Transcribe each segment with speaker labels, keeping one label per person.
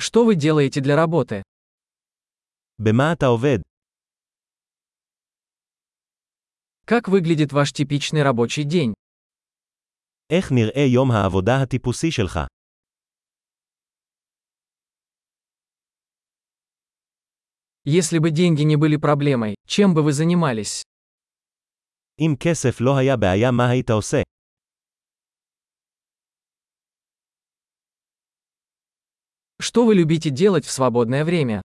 Speaker 1: Что вы делаете для работы?
Speaker 2: במה אתה עובד?
Speaker 1: Как выглядит ваш типичный рабочий день?
Speaker 2: איך נראה יום העבודה הטיפוסי שלך?
Speaker 1: Если бы деньги не были проблемой, чем бы вы занимались?
Speaker 2: אם כסף לא היה בעיה מה היית עושה?
Speaker 1: Что вы любите делать в свободное время?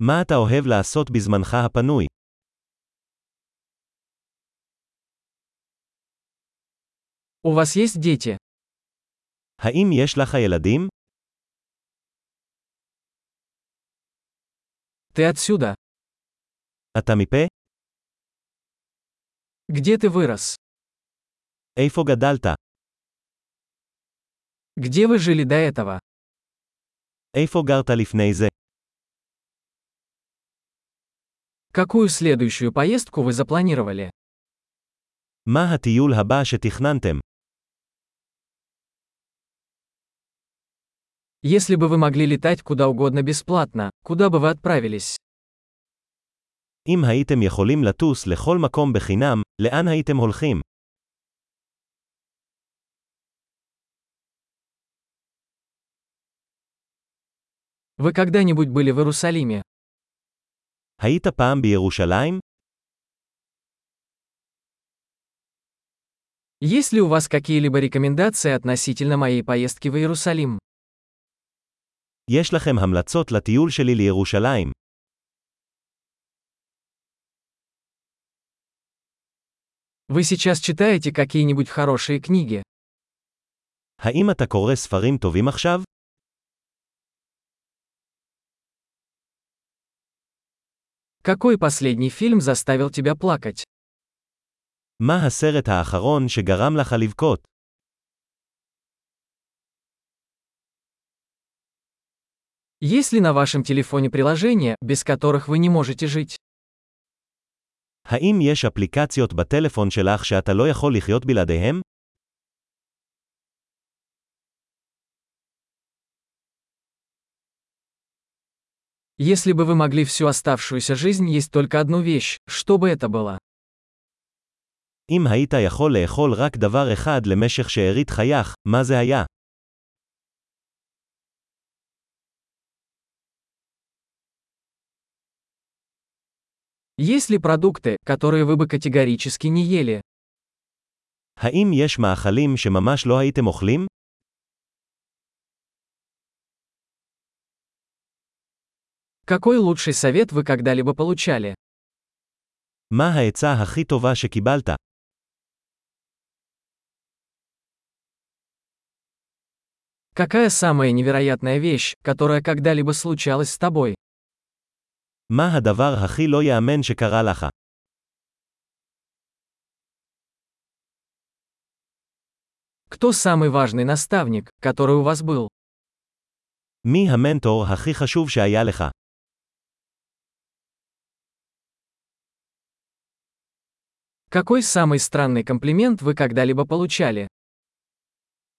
Speaker 2: מה אתה אוהב לעשות בזמנך הפנוי?
Speaker 1: У вас есть дети?
Speaker 2: האם יש לך ילדים?
Speaker 1: Ты отсюда?
Speaker 2: אתה מפה?
Speaker 1: Где ты вырос?
Speaker 2: איפה גדלת?
Speaker 1: Где вы жили до этого?
Speaker 2: איפה גרת לפני זה?
Speaker 1: Какую следующую поездку вы запланировали?
Speaker 2: מה הטיול הבא שתכננתם?
Speaker 1: Если бы вы могли летать куда угодно бесплатно, куда бы вы отправились?
Speaker 2: אם הייתם יכולים לטוס לכל מקום בחינם, לאן הייתם הולכים?
Speaker 1: Вы когда-нибудь были в Иерусалиме?
Speaker 2: היית פעם בירושלים?
Speaker 1: Есть ли у вас какие-либо рекомендации относительно моей поездки в Иерусалим?
Speaker 2: יש לכם המלצות לטיול שלי לירושלים.
Speaker 1: Вы сейчас читаете какие-нибудь хорошие книги?
Speaker 2: האם אתה קורא ספרים טובים עכשיו?
Speaker 1: Какой последний фильм заставил тебя плакать?
Speaker 2: מה הסרט האחרון שגרם לך לבכות?
Speaker 1: Есть ли на вашем телефоне приложения, без которых вы не можете жить?
Speaker 2: האם יש אפליקציות בטלפון שלך שאתה לא יכול לחיות בלעדיהם?
Speaker 1: Если бы вы могли всю оставшуюся жизнь есть только одну вещь, что бы это было?
Speaker 2: אם היית יכול לאכול רק דבר אחד למשך שארית חייך, מה זה היה?
Speaker 1: Есть ли продукты, которые вы бы категорически не ели?
Speaker 2: האם יש מאכלים שממש לא הייתם אוכלים?
Speaker 1: Какой лучший совет вы когда-либо получали?
Speaker 2: מה העצה הכי טובה שקיבלת?
Speaker 1: Какая самая невероятная вещь, которая когда-либо случалась с тобой?
Speaker 2: מה הדבר הכי לא ייאמן שקרה לך?
Speaker 1: Кто самый важный наставник, который у вас был?
Speaker 2: מי המנטור הכי חשוב שהיה לך?
Speaker 1: Какой самый странный комплимент вы когда-либо получали?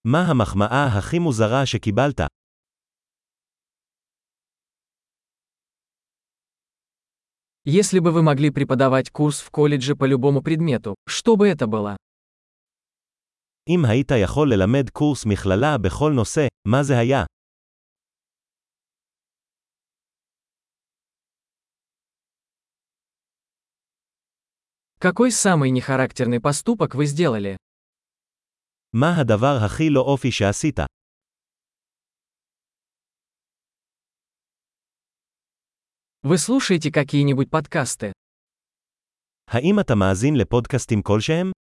Speaker 2: מה המחמאה הכי מוזרה שקיבלת?
Speaker 1: Если бы вы могли преподавать курс в колледже по любому предмету, что бы это было?
Speaker 2: אם היית יכול ללמד קורס מכללה בכל נושא, מה זה היה?
Speaker 1: Какой самый нехарактерный поступок вы сделали?
Speaker 2: מה הדבר הכי לא אופי שעשית?
Speaker 1: Вы слушаете какие-нибудь подкасты?
Speaker 2: האם אתה מאזין לפודקאסטים כלשהם?